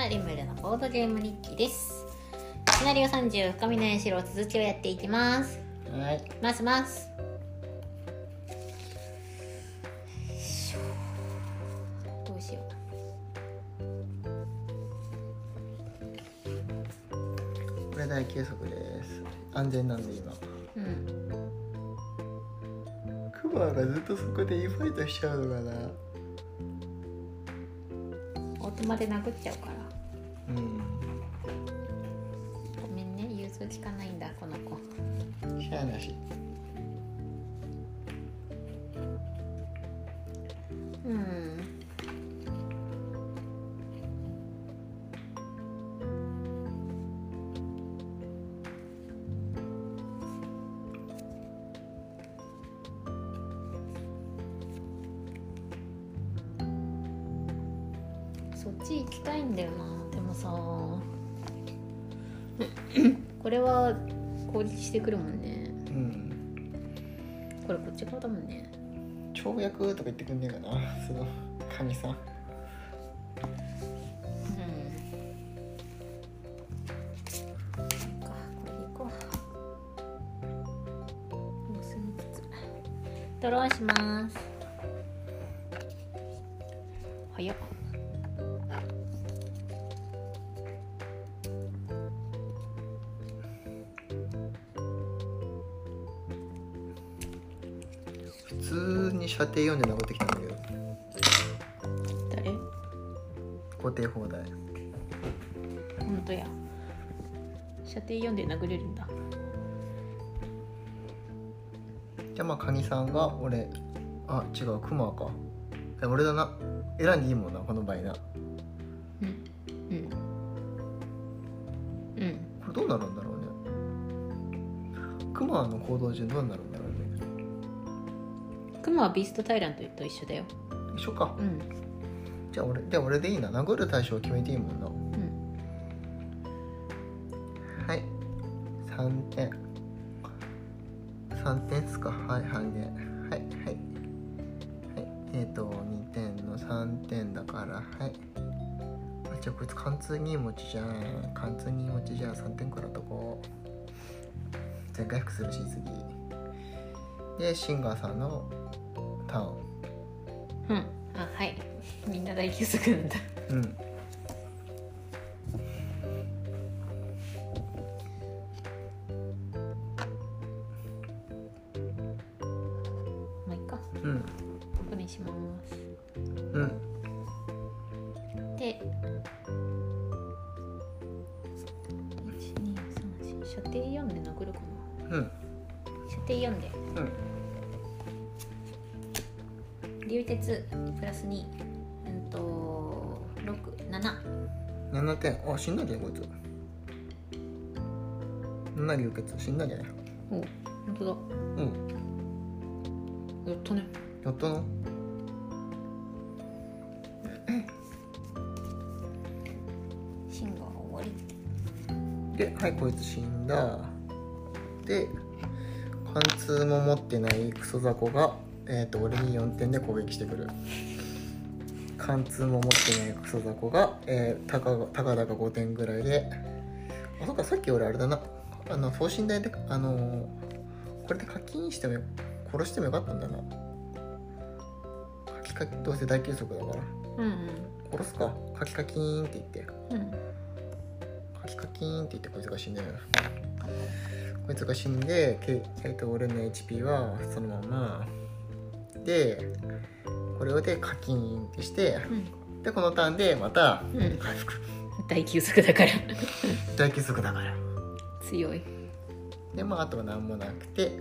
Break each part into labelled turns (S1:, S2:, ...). S1: はリムルのボードゲーム日記ですシナリオ30深みのやしろ続きをやっていきます
S2: はい
S1: ますますどうしよ
S2: これ大休息です安全なんで今
S1: ううん
S2: クマがずっとそこでインファイトしちゃうのかな
S1: オートマで殴っちゃうから
S2: うん
S1: ごめんね融通聞かないんだこの子
S2: しゃあなし
S1: うんそっち行きたいんだよなでもさこれは攻撃してくるもんね
S2: うん
S1: これこっち側だもんね
S2: 跳躍とか言ってくんねえかなその神さん
S1: うんそっかこれでいこう結びつつドローします早っ
S2: 普通に射程読んで登ってきたんだけど
S1: 誰
S2: 固定放題
S1: 本当や射程読んで殴れるんだ
S2: じゃあまあカニさんが俺あ違うクマかえ俺だな選んでいいもんなこの場合なこ
S1: うんうんうん
S2: れどうなるんだろうねクマの行動順どうなるんだろうね
S1: クマはビーストタイラントと一緒だよ
S2: 一緒か
S1: うん
S2: じゃあ俺じゃあ俺でいいな殴る対象を決めていいもんな
S1: うん
S2: はい3点3点っすかはい半減はいはいはいえー、と2点の3点だからはいあじゃあこいつ貫通2持ちじゃん貫通2持ちじゃん3点くらいとこ全回復するし次でシンガーさんのターン
S1: うんあはいみんな大休息なんだ
S2: うん。
S1: もういっか
S2: うん。
S1: ここにします
S2: うん。
S1: で123射程読んで殴るかな
S2: うん。
S1: 射程読んで
S2: うん。
S1: 流鉄プラス2うんと67
S2: 7点。あ、死んだじゃん、こいつ。7流血、死んだじゃん。
S1: お本当だ
S2: うん。
S1: やったね
S2: やったの
S1: 信号終わり
S2: で、はい、こいつ死んだ。で、貫通も持ってないクソ雑魚が、えっ、と、俺に4点で攻撃してくる。貫通も持ってないクソ雑魚が、えー、たかがたかだか5点ぐらいで、あ、そっか、さっき俺あれだな。あの、送信代で、あのーこれで課金してもよ、殺してもよかったんだな。課金、どうせ大休息だから。
S1: うん
S2: 殺すか。課金課金って言って。
S1: うんうん
S2: カキカキーンって言ってこいつが死んでるこいつが死んで、けえー、と俺の HP はそのままでこれをでカキーンってしてでこのターンでまた
S1: うんうん
S2: 回復
S1: 大休息だから
S2: 大結束だから
S1: 強い
S2: でまああとは何もなくて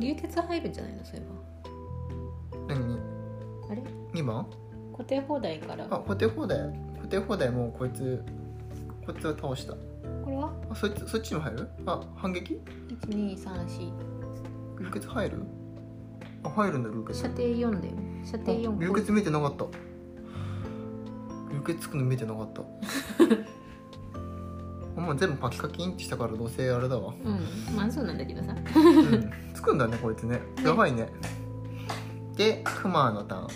S1: 流鉄入るんじゃないのそういえ
S2: 何
S1: ばあれ
S2: 2番
S1: 固定放題から
S2: あ固定放題固定放題もうこいつこいつは倒した
S1: これは
S2: あそいつそっちにも入るあ反撃
S1: 1234
S2: 流血入るあ入るんだ流血
S1: 射程4だよ射程4
S2: 流血見えてなかった流血つくの見えてなかった あもう全部パキカキンってしたからどうせあれだ わ、
S1: うんまあそうなんだけどさ
S2: うん、つくんだねこいつねやばいねでクマのターン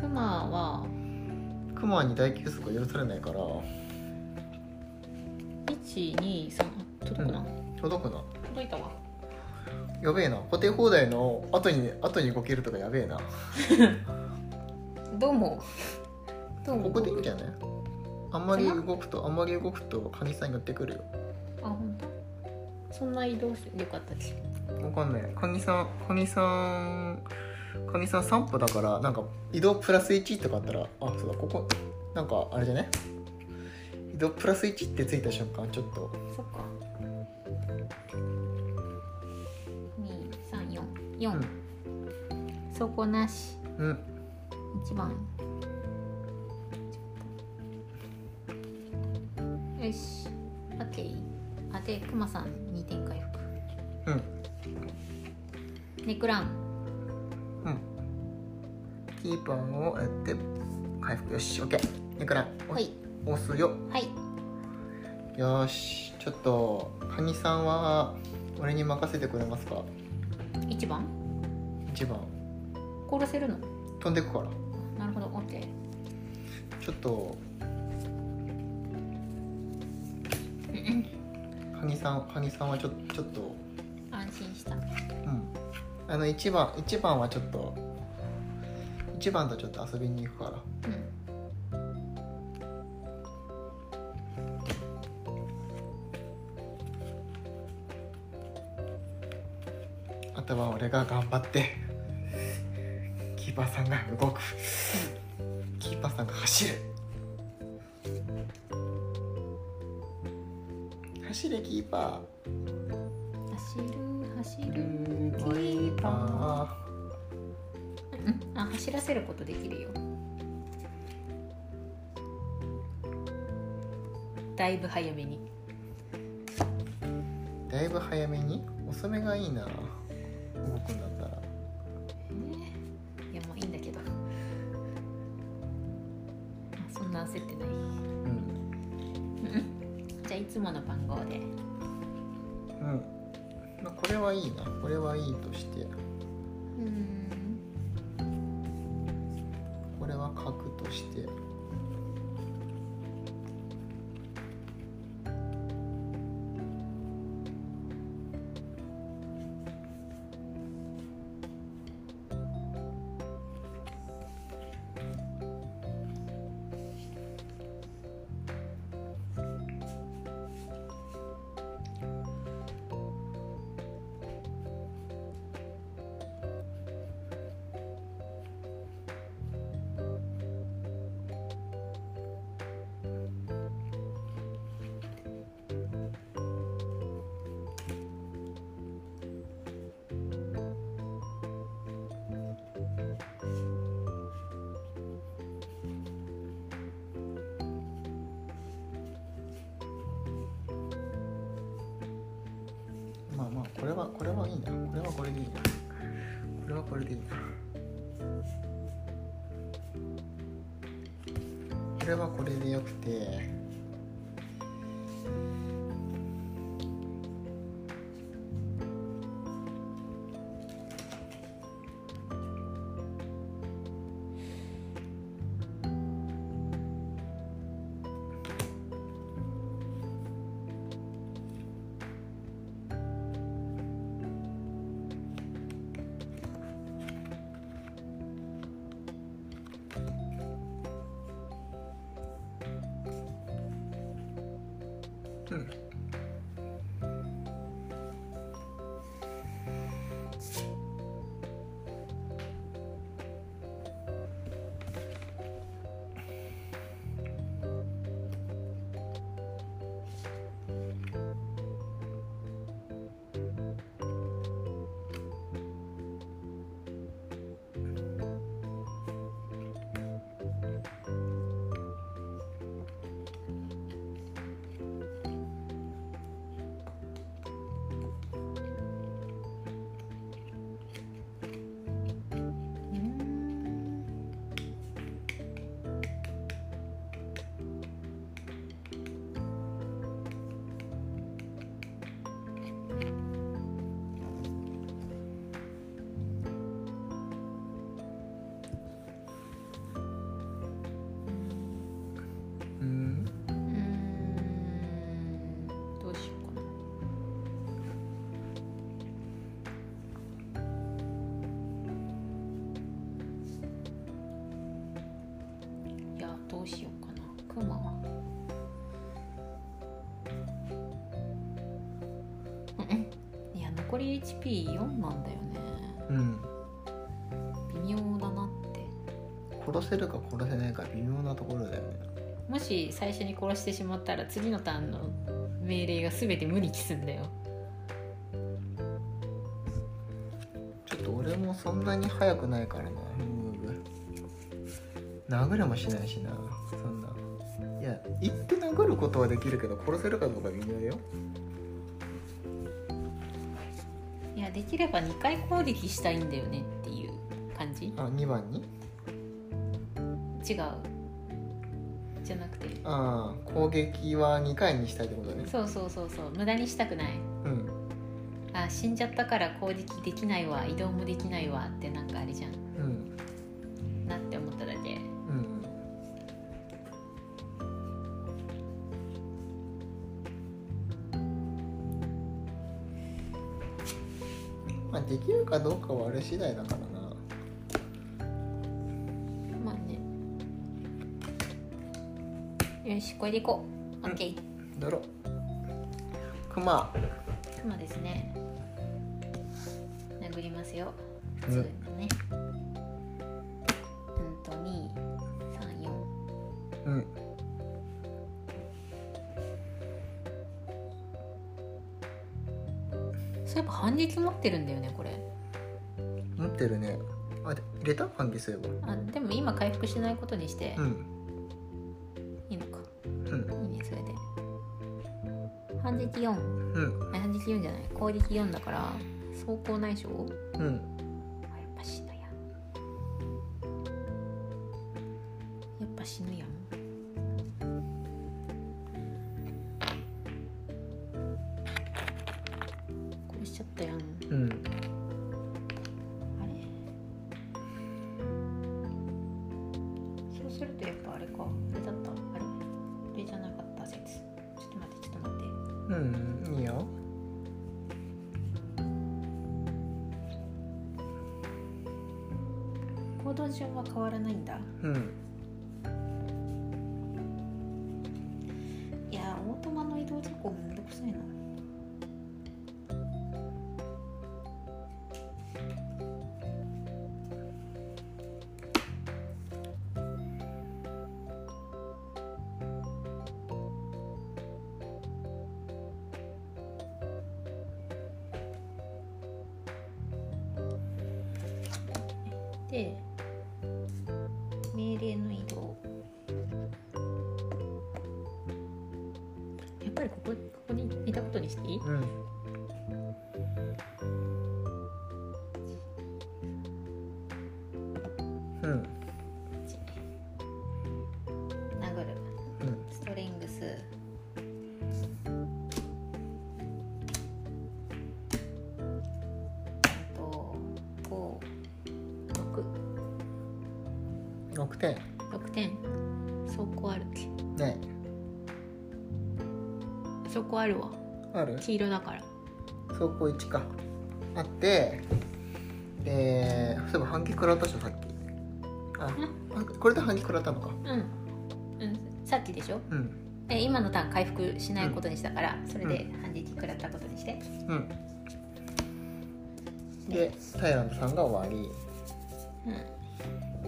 S1: クマは
S2: クマに大休息は許されないから
S1: 123あ届くな、
S2: う届くな
S1: 届いたわ
S2: やべえな固定放題の後に後に動けるとかやべえな
S1: どうもどうも
S2: ここでいいんじゃないあんまり動くとあんまり動くと患者さん寄ってくるよ
S1: あ本当そんな移動してよかったです
S2: わかんないカニさんカニさんカニさん散歩だからなんか移動プラス1とかあったらあそうだここなんかあれじゃね移動プラス1ってついた瞬間ちょっと
S1: そっか2344、
S2: うん
S1: そこなし
S2: うん
S1: 一番よし OK あでクマさん2点回復
S2: うん
S1: ネクラン
S2: うんキーパーをやって回復よし OK ネクラン
S1: はい
S2: 押すよ
S1: はい
S2: よーしちょっとカニさんは俺に任せてくれますか
S1: 1番
S2: 一番
S1: 殺せるの
S2: 飛んでくから
S1: なるほど OK
S2: ちょっとカニさんカニさんはちょちょっと
S1: 安心した
S2: うんあの一番一番はちょっと一番とちょっと遊びに行くから
S1: うん
S2: あとは俺が頑張って キーパーさんが動くキーパーさんが走る走れキーパ
S1: 走る走
S2: ー
S1: る
S2: キーパ
S1: うんあ走らせることできるよだいぶ早めに
S2: ーだいぶ早めに遅めがいいな動くんだったら
S1: いやもういいんだけどまあそんな焦ってない
S2: うん
S1: じゃあいつもの番号で
S2: うんまあこれはいいなこれはいいとして
S1: うん
S2: これは角としてまあまあこれはこれはいいなこれはこれでいいなこれはこれでいいなこれはこれでよくてうん
S1: ううしようかなクマはうんいや残り HP4 なんだよね
S2: うん
S1: 微妙だなって
S2: 殺せるか殺せないか微妙なところだよね
S1: もし最初に殺してしまったら次のターンの命令が全て無に帰すんだよ
S2: ちょっと俺もそんなに速くないからなムーブ殴れもしないしなそんないや行って殴ることはできるけど殺せるかどうか微妙だよ
S1: いやできれば2回攻撃したいんだよねっていう感じ
S2: あ2番に
S1: 違うじゃなくて
S2: ああ攻撃は2回にしたいってことね
S1: そうそうそうそう無駄にしたくない
S2: うん
S1: あ死んじゃったから攻撃できないわ移動もできないわってなんかあれじゃん
S2: うん
S1: なって思っただけ
S2: うんまあできるかどうかはあれ次第だからな
S1: まあねよしこれでいこう OK
S2: だろクマ
S1: クマですね殴りますよ
S2: うん
S1: 普通のねうんと234
S2: うん
S1: そういえば反撃持ってるんだよねこれ
S2: 持ってるねあで入れた換気すれば
S1: あでも今回復しないことにして
S2: うん
S1: いいのか
S2: うん
S1: いいねそれで反撃4
S2: うん
S1: あ反撃4じゃない攻撃4だから走行内傷
S2: う
S1: あ
S2: ん
S1: やっぱ死ぬやんやっぱ死ぬやん殺しちゃったやん
S2: うん
S1: あれそうするとやっぱあれかあれだったあれあれじゃなかった説ちょっと待ってちょっと待って
S2: うんいいよ
S1: 行動順は変わらないんだ
S2: うん
S1: いやーオートマの移動事項めんどくさいなで命令の移動やっぱりここここにいたことにしていい
S2: うんうん
S1: 殴る
S2: うん
S1: ストリングスあと56
S2: 6点
S1: 点走行ある
S2: ない
S1: 走行あるわ
S2: ある
S1: 黄色だから
S2: 走行1かあってでそういえば半期食らったでしょさっきああこれで半期食らったのか
S1: うん、うん、さっきでしょ
S2: うん
S1: で今のターン回復しないことにしたから、それで反撃食らったことにして
S2: うんでタイランドさんが終わり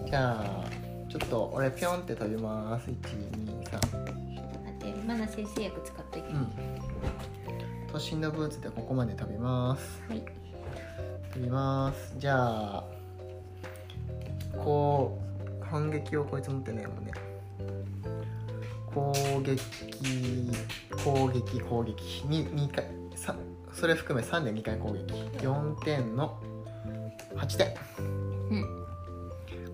S1: うん
S2: じゃあちょっと俺ピョンって飛びます123
S1: だってマナ先生薬使っていく、
S2: うん突進のブーツでここまで飛びます
S1: はい
S2: 飛びますじゃあこう反撃をこいつ持ってないもんね攻撃攻撃攻撃に2回さそれ含め3で2回攻撃4点の8点
S1: うん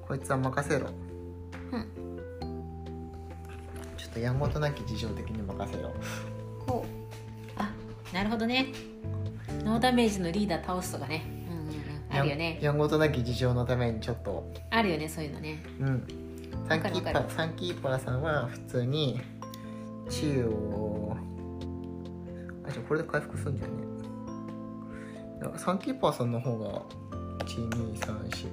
S2: こいつは任せろ
S1: うん
S2: ちょっとやんごとなき事情的に任せろ
S1: こうあなるほどねノーダメージのリーダー倒すとかね、うんうんうん、あるよね
S2: やんやんごとなき事情のためにちょっと
S1: あるよねそういうのね
S2: うんサ
S1: わ
S2: ンキ
S1: かる
S2: ーパ
S1: わか
S2: ーサンキーパーさんは普通に宙をあじゃあこれで回復するんだよねいやサンキーパーさんの方が1234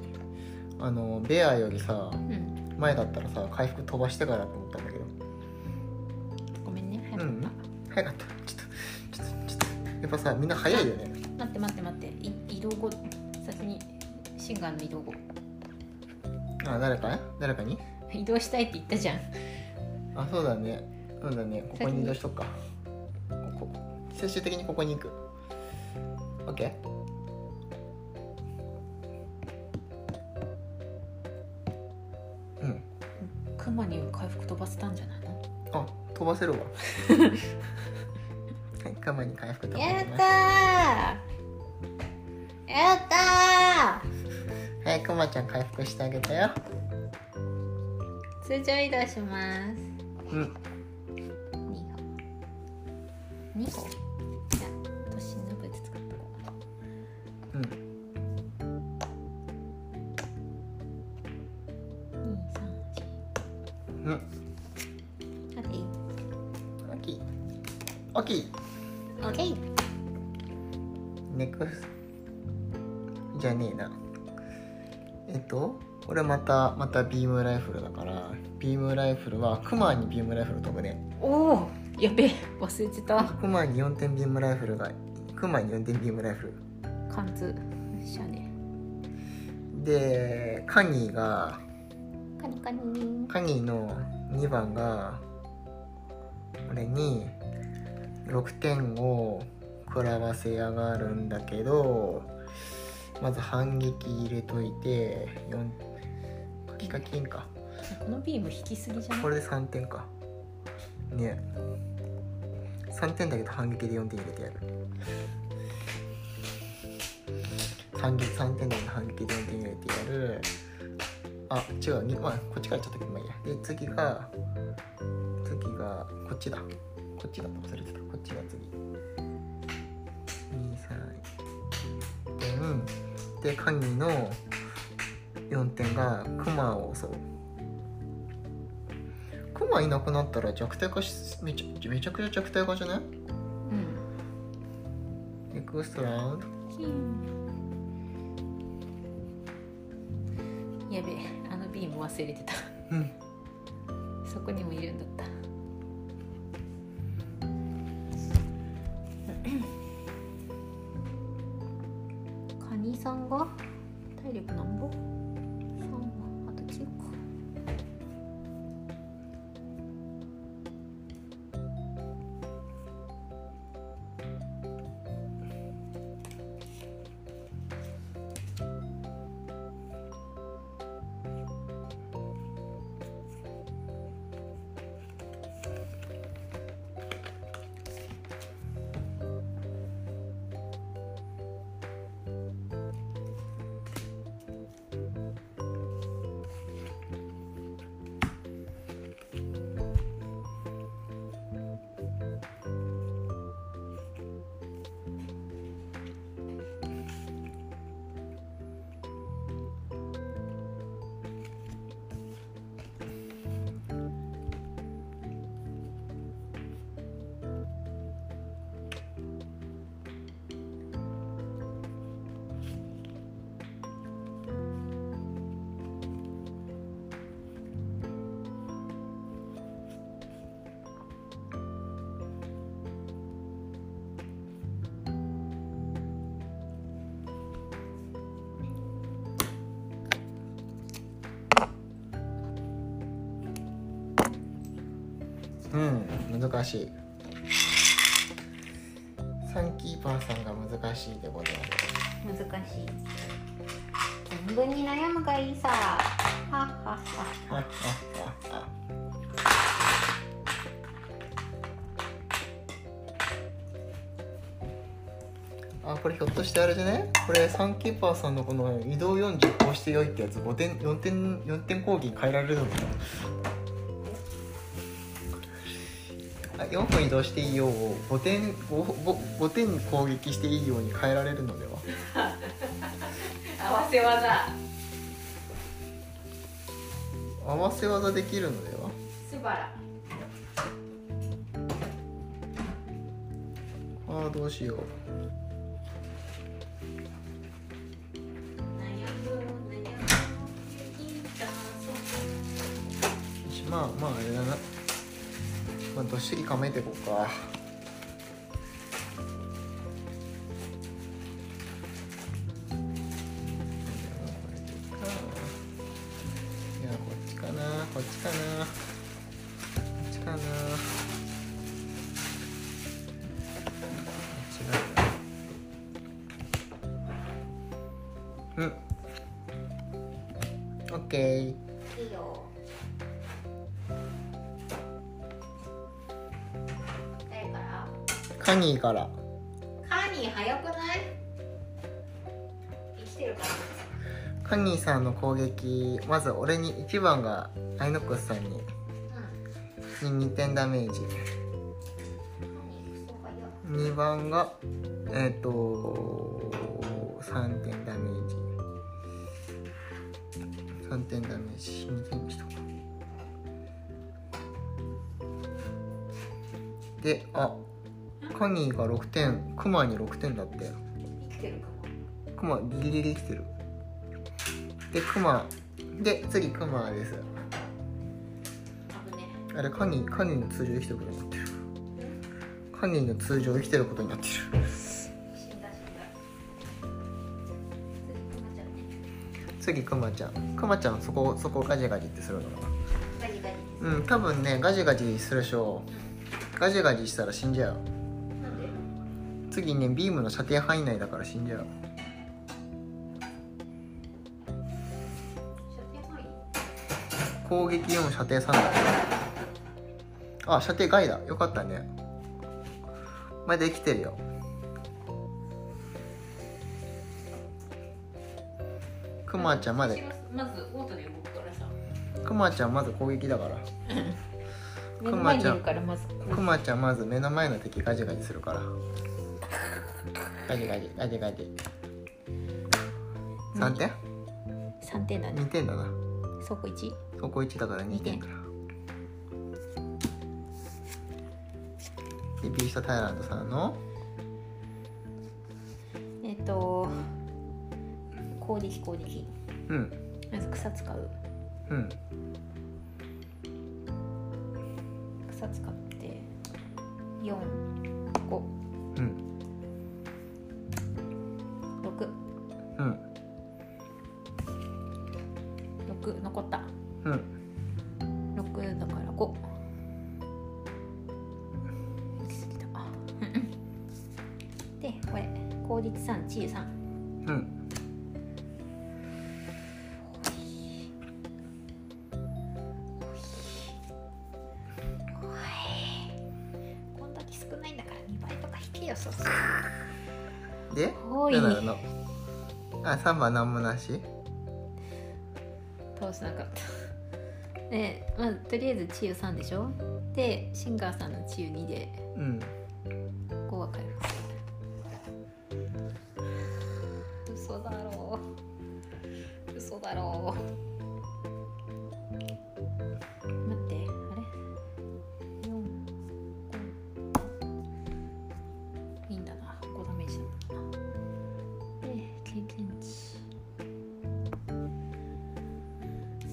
S2: あのベアよりさ
S1: うん
S2: 前だったらさ回復飛ばしてからと思ったんだけど
S1: ごめんね早かった、
S2: 早かったちょっとちょっとちょっとやっぱさみんな早いよね
S1: 待って待って待ってい移動後先にシンガーの移動後
S2: あ誰か誰かに
S1: 移動したいって言ったじゃん
S2: あそうだねそうだねここに移動しとくかここ最終的にここに行く OK? うん
S1: クマに回復飛ばせたんじゃないの
S2: あ飛ばせるわ はいカマに回復飛ば
S1: や
S2: せ
S1: った
S2: ます
S1: ーやった
S2: はいクマちゃん回復してあげたよ
S1: ー通常移動します
S2: うん
S1: 二個二個じゃあ都心のブーツ作っとこう
S2: うん
S1: 二三
S2: うん
S1: 四ハッピー
S2: オッキーオッキー
S1: オッケー
S2: ネクスじゃねえなえっと俺またまたビームライフルだからビームライフルはクマにビームライフル飛ぶね
S1: おおやべえ忘れてた
S2: クマに4点ビームライフルがクマに4点ビームライフル
S1: 貫通しちゃうね
S2: でカニーが
S1: カニカニ
S2: カニーの2番が俺に6点を食らわせやがるんだけどまず反撃入れといて4カキカキンか
S1: このビーム引きすぎじゃない
S2: これで3点かねえ3点だけど反撃で4点入れてやる反撃3点だけど反撃で4点入れてやるあ違う2まあこっちから行っちゃったけどまあいいやで次が次がこっちだこっちだと忘れてたこっちが次23点でカニの4点がクマを襲うクマいなくなったら弱体化しめちゃめちゃくちゃ弱体化じゃな
S1: う
S2: い
S1: ん
S2: ネクストラウンド
S1: ヒンやべえあのビーム忘れてた
S2: うん
S1: そこにもいるんだった カニさんが体力なんぼ三あと9個
S2: うん難しいサンキーパーさんが難しいでござい
S1: 難しい全文に悩むがいいさはっはっは
S2: ますあああああこれひょっとしてあれじゃねこれサンキーパーさんのこの移動40こうしてよいってやつ5点4点4点講義に変えられるのかなあ4分移動していいよを5点 5, 5点に攻撃していいように変えられるのでは
S1: 合わせ技
S2: 合わせ技できるのでは
S1: すばら
S2: ああどうしよう
S1: 悩む悩む
S2: まあまああれだな、まあ、どっしり構えていこうかいやこっちかなこっちかなこっちかな違うなうんオッケー
S1: いいよ誰から
S2: カニーから
S1: カーニー早くない生きてるか
S2: カニーさんの攻撃まず俺に1番がアイノックスさんに
S1: らうん
S2: 2点ダメー
S1: カ
S2: ジ
S1: ーニークソ早い
S2: 2番がえっ、と3点ダメージ3点ダメージ2点にしたかであカニーが6点クマに6点だって
S1: 生きてるかも
S2: クマギリギリ生きてるでクマで次クマです
S1: 危ね
S2: あれカニカニの通常生きてることになってるカニの通常生きてることになってる
S1: え死んだ死んだ次困っちゃうね
S2: 次クマちゃんクマちゃんそこそこガジガジってするのか
S1: ガジガジ
S2: なうん多分ねガジガジするでしょガジガジしたら死んじゃう
S1: なんで
S2: 次ねビームの射程範囲内だから死んじゃ
S1: 射
S2: う
S1: 程範囲
S2: 攻撃4射程3だあ射程外だよかったねまだ生きてるよクマちゃんまだ
S1: 私がまずオートで動くからさ
S2: クマちゃんまず攻撃だから
S1: 目
S2: ク
S1: の
S2: マ
S1: 前にい
S2: ちゃん
S1: るからまず
S2: クマちゃんまず目の前の敵ガジガジするからガジガジガジガジ3点
S1: 3点だね
S2: 2点だな
S1: そこ1
S2: そこ1だから2点からでビーストタイランドさんの
S1: えっ、と攻撃攻撃
S2: うん
S1: まず草使う
S2: うん
S1: 草使って4 5
S2: うん
S1: 6
S2: うん
S1: 6残った
S2: うん
S1: 6だから5行き過ぎたあうんでこれ効率3地位3
S2: うん
S1: こんだけ少ないんだから2倍とか引けよそうそう
S2: で
S1: おい
S2: 7のあ3番何もなし
S1: 倒せなかった で、まあ、とりあえず治癒3でしょでシンガーさんの治癒2で
S2: うん
S1: 5は回復嘘だろう嘘だろう待ってあれ4 5いいんだな5ダメージだもんなで経験値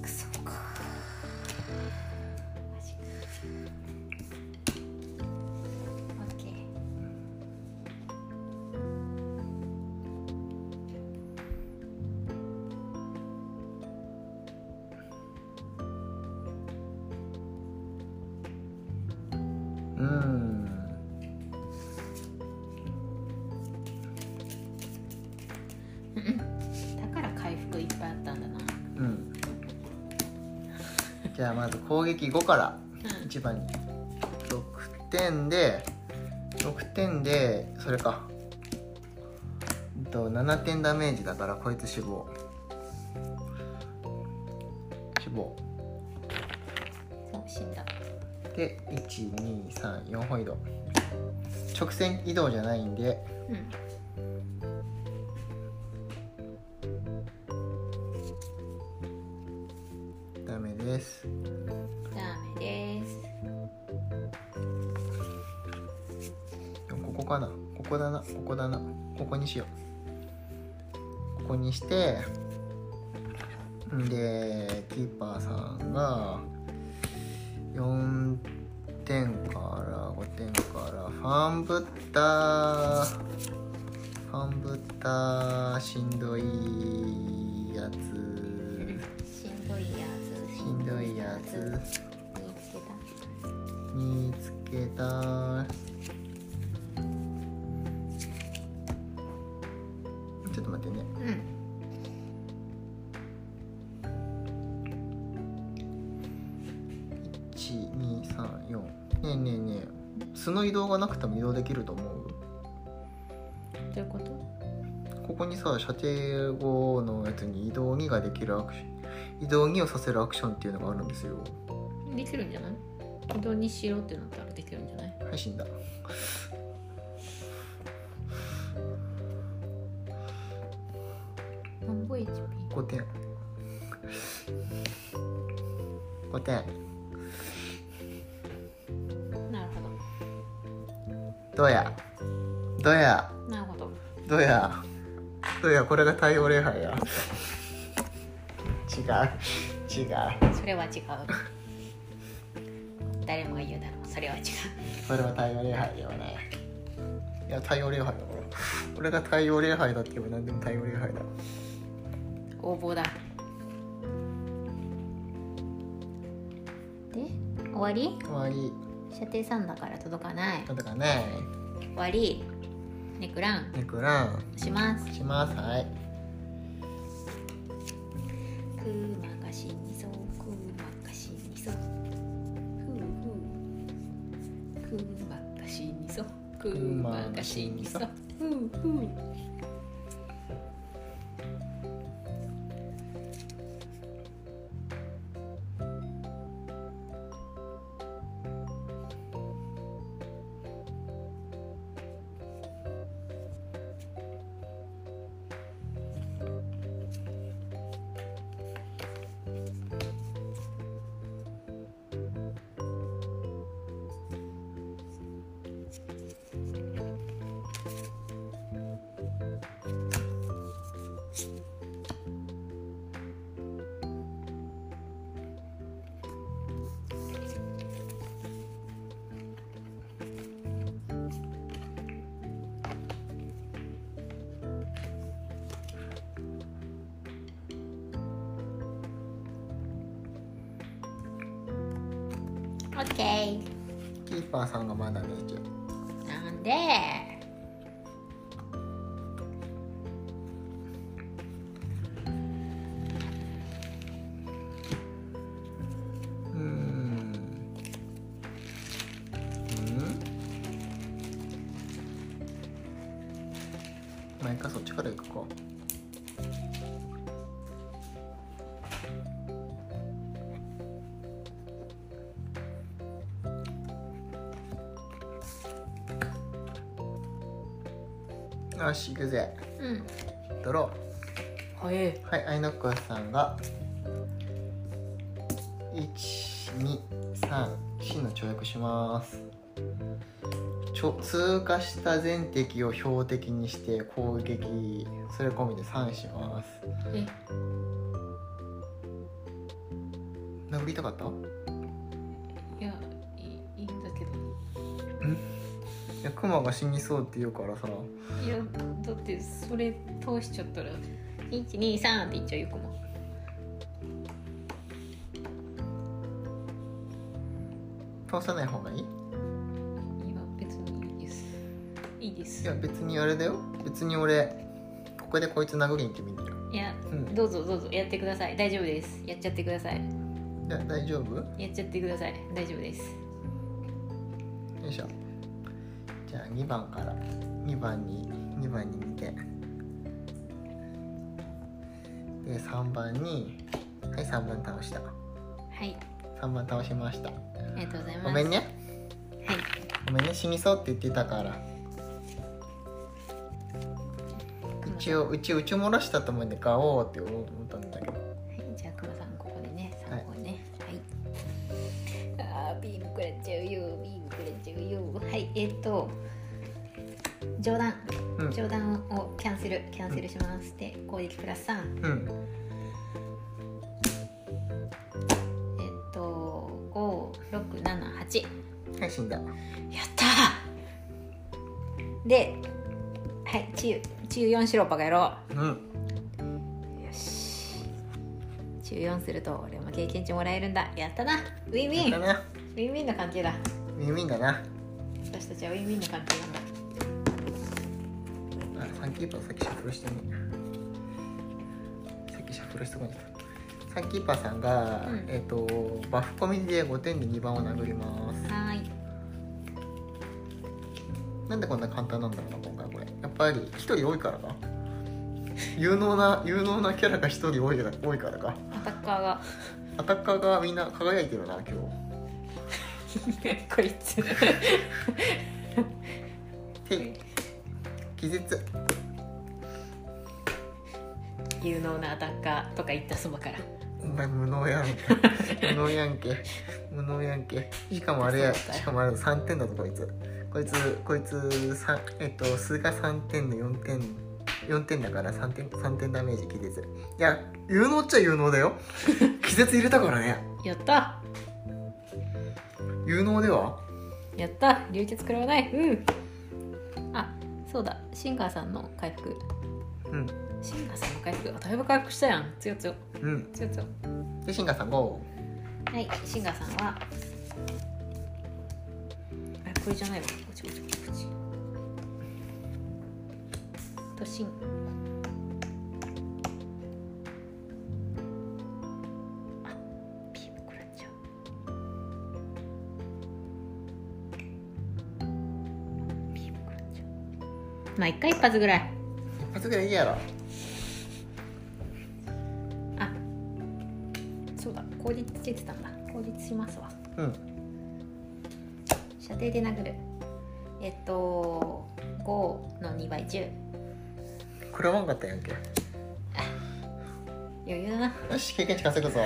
S1: クソかマジか OK
S2: うん
S1: だから回復いっぱいあったんだな。
S2: うんじゃあまず攻撃5から
S1: う
S2: 1番に6点で6点でそれかうんと7点ダメージだからこいつ死亡死亡
S1: ん、そう死んだ。
S2: で1234歩移動直線移動じゃないんで
S1: うん。
S2: ダメです
S1: ダメです。
S2: ここかなここだなここだなここにしようここにしてんでキーパーさんが4点から5点からファンブッターファンブッターしんどいやつ
S1: しんどいやつ
S2: しんどいやつ
S1: 見つけた
S2: 見つけたちょっと待ってね
S1: うん
S2: 1234ねえねえねえ素の移動がなくても移動できると思う
S1: どういうこと
S2: ここにさ射程5のやつに移動2ができるアクション移動2をさせるアクションっていうのがあるんですよ
S1: できるんじゃない移動にしろってなったらできるんじゃない
S2: はい死んだ
S1: 何ぼ HP?
S2: 5点5点
S1: なるほ
S2: どうやどうや
S1: どなるほど
S2: どうやどうやこれが太陽礼拝や違う違う
S1: それは違う 誰もが言うだろうそれは違う
S2: それは太陽礼拝ではないいや太陽礼拝だから俺が太陽礼拝だって言えば何でも太陽礼拝だ
S1: 応募だで終わり
S2: 終わり
S1: 射程3だから届かない
S2: なんだかね
S1: 終わりネクラン
S2: ネクラン
S1: します
S2: しますはい
S1: クマが死にそうクマが死にそうふうふうクマが死にそうクマが死にそうふうふうオッケー
S2: キーパーさんがまだねじゃ
S1: なんで
S2: うーんうんまあいいかそっちから行くかよし行くぜ
S1: うん
S2: ドロ
S1: 早い
S2: ーはいアイノックさんが123の跳躍しますちょ通過した全敵を標的にして攻撃それ込みで3します
S1: え
S2: 殴りたかったい
S1: いやいいいんだけど
S2: やクマが死にそうって言うからさ
S1: いやだってそれ通しちゃったら123って言っちゃうよくも
S2: 通さない方がいいい
S1: 今別にいいですいいです
S2: や別にあれだよ別に俺ここでこいつ殴りに行ってみるよ
S1: いや、
S2: うん
S1: どうぞどうぞやってください大丈夫ですやっちゃってください
S2: いや大丈夫
S1: やっちゃってください大丈夫です
S2: よいしょじゃあ2番から2番に2番に見てで3番にはい3番倒した
S1: はい
S2: 3番倒しました
S1: ありがとうございます
S2: ごめんね
S1: はい
S2: ごめんね死にそうって言ってたから一応うちうち漏らしたと思うんで買おうって思ったんだけど
S1: はいじゃあくまさんここでね
S2: はい
S1: 3本ねはい、あービームくれちゃうよビームくれちゃうよはいえっ、と冗談
S2: うん
S1: 冗談をキャンセルキャンセルしますで攻撃プラス3
S2: うん
S1: えっと5 6
S2: はい死んだ
S1: やったーではい中中4しろバカ野郎
S2: うん
S1: よし中4すると俺も経験値もらえるんだやったなウィンウィン
S2: だな
S1: ウィンウィンの関係だ
S2: ウィンウィンだな
S1: 私たちはウィンウィンの関係なんだ
S2: あサンキーパーさっきシャッフルしてねさっきシャッフルしてこなかったサンキーパーさんが、
S1: うん
S2: えっ、とバフコミで5点で2番を殴ります
S1: はーい
S2: なんでこんな簡単なんだろうな今回これやっぱり1人多いからか有能な有能なキャラが1人多いから多いからか
S1: アタッカーが
S2: アタッカーがみんな輝いてるな今
S1: こいつ
S2: 日てい気絶
S1: 有能なアタッカーとか言ったそばから
S2: お前無能 やんけ無能やんけ無能やんけしかもあれやしかもあれ3点だぞこいつこいつこいつさんえっと数が3点の4点4点だから3点三点ダメージ気絶いや有能っちゃ有能 だよ気絶入れたからね
S1: やった
S2: 有能では
S1: やった流血食らわないうんあそうだシンガーさんの回復
S2: うん
S1: シンガーさんの回復あだいぶ回復したやん強強
S2: うん
S1: 強強
S2: でシンガーさん5
S1: はいシンガーさんはあれこれじゃないわこっちこっちこっちとシンあビーム食らっちゃうビーム食らっちゃうまあ一回一発ぐらい
S2: 一発ぐらいいいやろ
S1: あそうだ効率つけてたんだ効率しますわ
S2: うん
S1: 射程で殴るえっと5の2倍10
S2: 食らわんかったやんけ
S1: 余裕だな
S2: よし経験値稼ぐぞ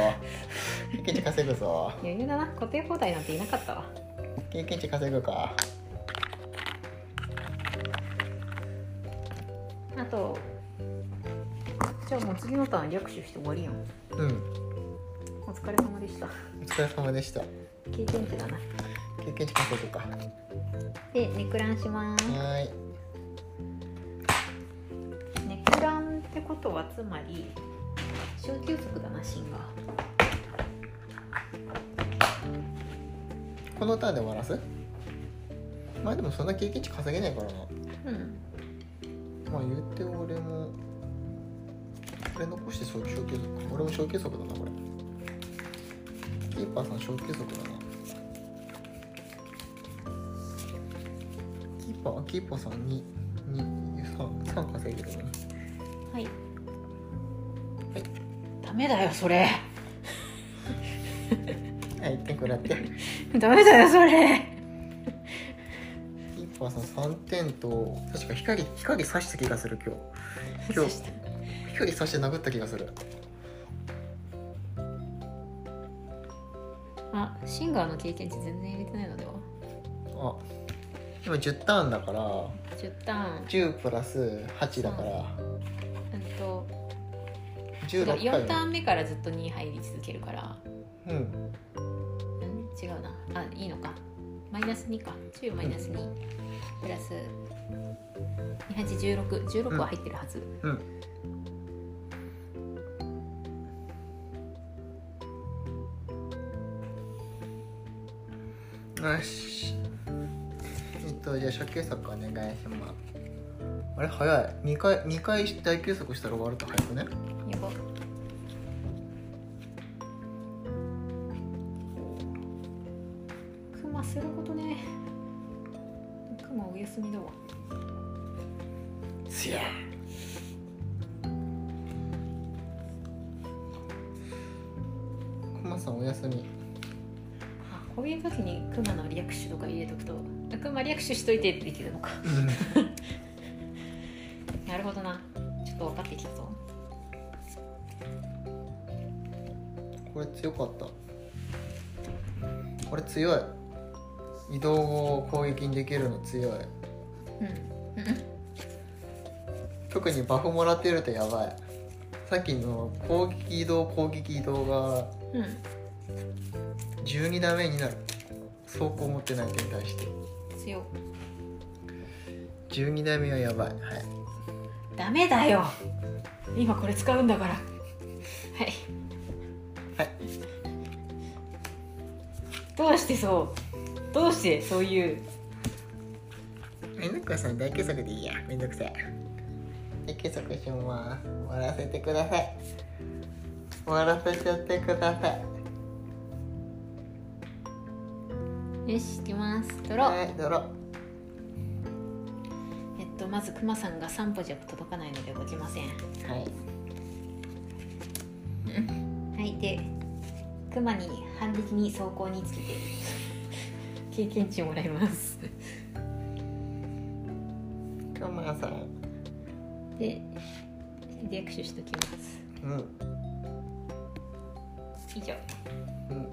S2: 経験値稼ぐぞ
S1: 余裕だな固定放題なんていなかったわ
S2: 経験値稼ぐか
S1: あとじゃあもう次のターン略取して終わりやん
S2: うん
S1: お疲れ様でした
S2: お疲れ様でした
S1: 経験値だな
S2: 経験値稼ぐかは
S1: でネクランします
S2: ーい
S1: ネクランってことはつまり小休息だなシンが
S2: このターンで終わらすまあでもそんな経験値稼げないからな
S1: うん
S2: まあ言って俺もこれ残して小休息俺も小休息だなこれキーパーさん小休息だなキーパーキーパーさんに23稼いでるのね
S1: はい
S2: はい
S1: ダメだよそ れ
S2: はい1点くらって
S1: ダメだよそれ
S2: キーパーさん3点と確か光光刺した気がする今日今
S1: そ
S2: 日
S1: して
S2: 光刺して殴った気がする
S1: あシンガーの経験値全然入れてないのでは
S2: あ今10ターンだから
S1: 10ターン
S2: 10プラス8だから
S1: うんと
S2: 16回
S1: 4ターン目からずっと2入り続けるから
S2: うん
S1: うん違うなあいいのかマイナス2か10マイナス2プラス281616は入ってるはず、
S2: うんよしえっとじゃあ初休息お願いしますあれ早い2回二回大休息したら終わると早くね
S1: やばクマすることねクマお休みだわ
S2: すやコマさんお休み
S1: あこういう時にクマのリアクションとか入れとくとあクマリアクションしといてってできるのかなるほどなちょっと分かってきたぞ
S2: これ強かったこれ強い移動を攻撃にできるの強い
S1: うんうん
S2: 特にバフもらってるとやばいさっきの攻撃移動攻撃移動が
S1: うん
S2: 12ダメになる走行持ってない手に対して
S1: 強
S2: 12代目はやばいはい
S1: ダメだよ今これ使うんだからはい
S2: はい
S1: どうしてそうどうしてそういう
S2: めんどくさい大計測でいいやめんどくさい大計測します終わらせてください終わらせちゃってください
S1: よし行きますドロ
S2: はいドロー
S1: えっとまずクマさんが3歩じゃ届かないので動きません
S2: はい
S1: はいでクマに反撃に走行につけて経験値をもらいます
S2: クマさん
S1: でで握手しときます
S2: うん
S1: 以上
S2: うん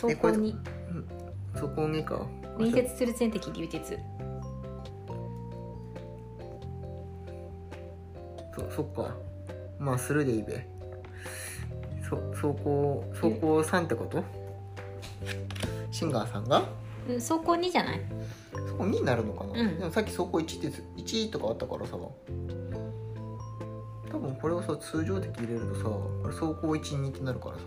S1: 走行に
S2: そこにか
S1: 隣接する全敵流鉄
S2: そそっかまあするでいいべそ走行走行さんってことシンガーさんが
S1: うん走行にじゃない
S2: そこ2になるのかな、
S1: うん
S2: でもさっき走行1ってつ1とかあったからさ多分これをさ通常的入れるとさこれ走行12ってなるからさ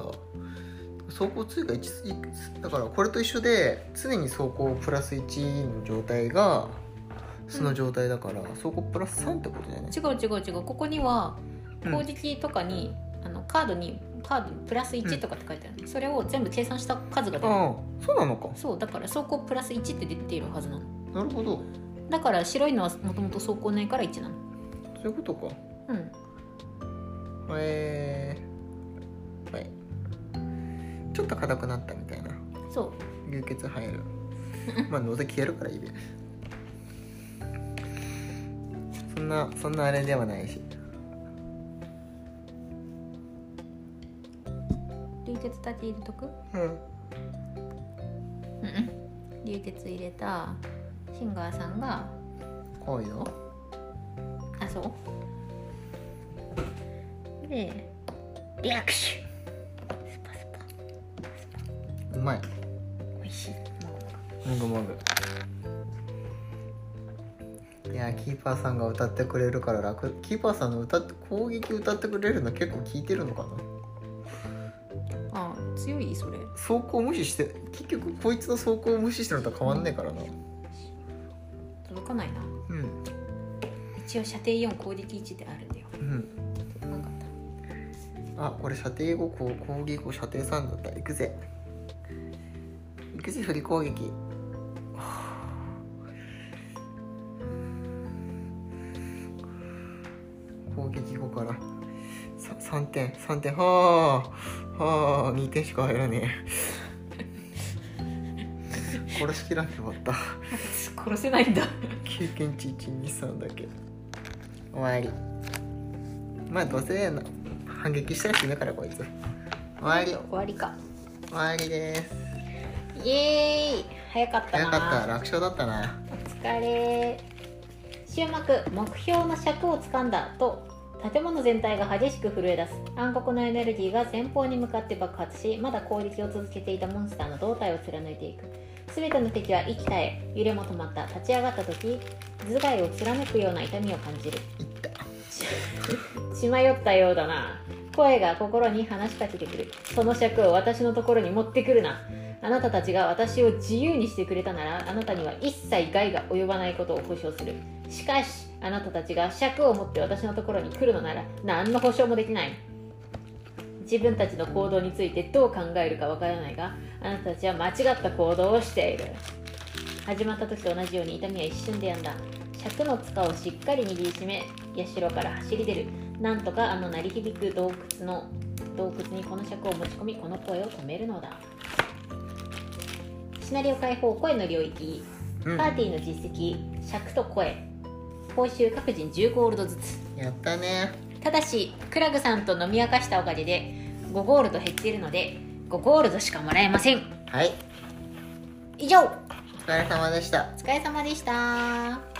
S2: 走行2が1だからこれと一緒で常に走行プラス1の状態が素の状態だから、走行プラス3ってことだよね
S1: 違う違う違うここには
S2: うん
S1: 攻撃とかに、あのカードにカードプラス1とかって書いてあるの、それを全部計算した数が出る
S2: ああそうなのか
S1: そうだから走行プラス1って出ているはずなの
S2: なるほど
S1: だから白いのはもともと走行ないから1なの
S2: そういうことか
S1: うん
S2: えー、はいちょっと硬くなったみたいな
S1: そ
S2: 流血入 るまあどうせ消えるからいいべそんなそんなあれではないし
S1: う流血立て入れとく
S2: うん
S1: うんうん流血入れたシンガーさんが
S2: こうよ
S1: あそうで握手スパスパ
S2: うまい
S1: 美味しい
S2: もぐもぐいやーキーパーさんが歌ってくれるから楽キーパーさんの歌って攻撃歌ってくれるの結構聞いてるのかな
S1: あ強いそれ
S2: 走行無視して結局こいつの走行を無視してるのと変わんねえからな
S1: 届かないな
S2: うん
S1: 一応射程4攻撃1であるんだよ
S2: うん
S1: なんかあっ
S2: あこれ射程5こう攻撃5射程3だった行くぜ行くぜ振り攻撃はあ攻撃5からさ3点3点はあはあ2点しか入らねえ殺しきらんで終わった
S1: た 殺せないんだ
S2: 経験値123だけ終わりまあどうせな反撃したら死ぬからこいつ終わり
S1: 終わりか
S2: 終わりです
S1: イエーイ早かったな
S2: 早かった楽勝だったな
S1: お疲れ終幕目標の尺を掴んだと建物全体が激しく震え出す暗黒のエネルギーが前方に向かって爆発しまだ攻撃を続けていたモンスターの胴体を貫いていく全ての敵は息絶え揺れも止まった立ち上がった時頭蓋を貫くような痛みを感じる
S2: いった
S1: 血迷ったようだな声が心に話しかけてくるその尺を私のところに持ってくるなあなたたちが私を自由にしてくれたならあなたには一切害が及ばないことを保証するしかしあなたたちが尺を持って私のところに来るのなら何の保証もできない自分たちの行動についてどう考えるかわからないがあなたたちは間違った行動をしている始まった時と同じように痛みは一瞬でやんだ尺の塚をしっかり握りしめ社から走り出るなんとかあの鳴り響く洞窟の洞窟にこの尺を持ち込みこの声を止めるのだシナリオ解放声の領域
S2: うん
S1: パーティーの実績尺と声報酬各人10ゴールドずつ
S2: やったね
S1: ただしクラグさんと飲み明かしたおかげで5ゴールド減っているので5ゴールドしかもらえません
S2: はい
S1: 以上お
S2: お疲れ様でした
S1: 疲れ様でした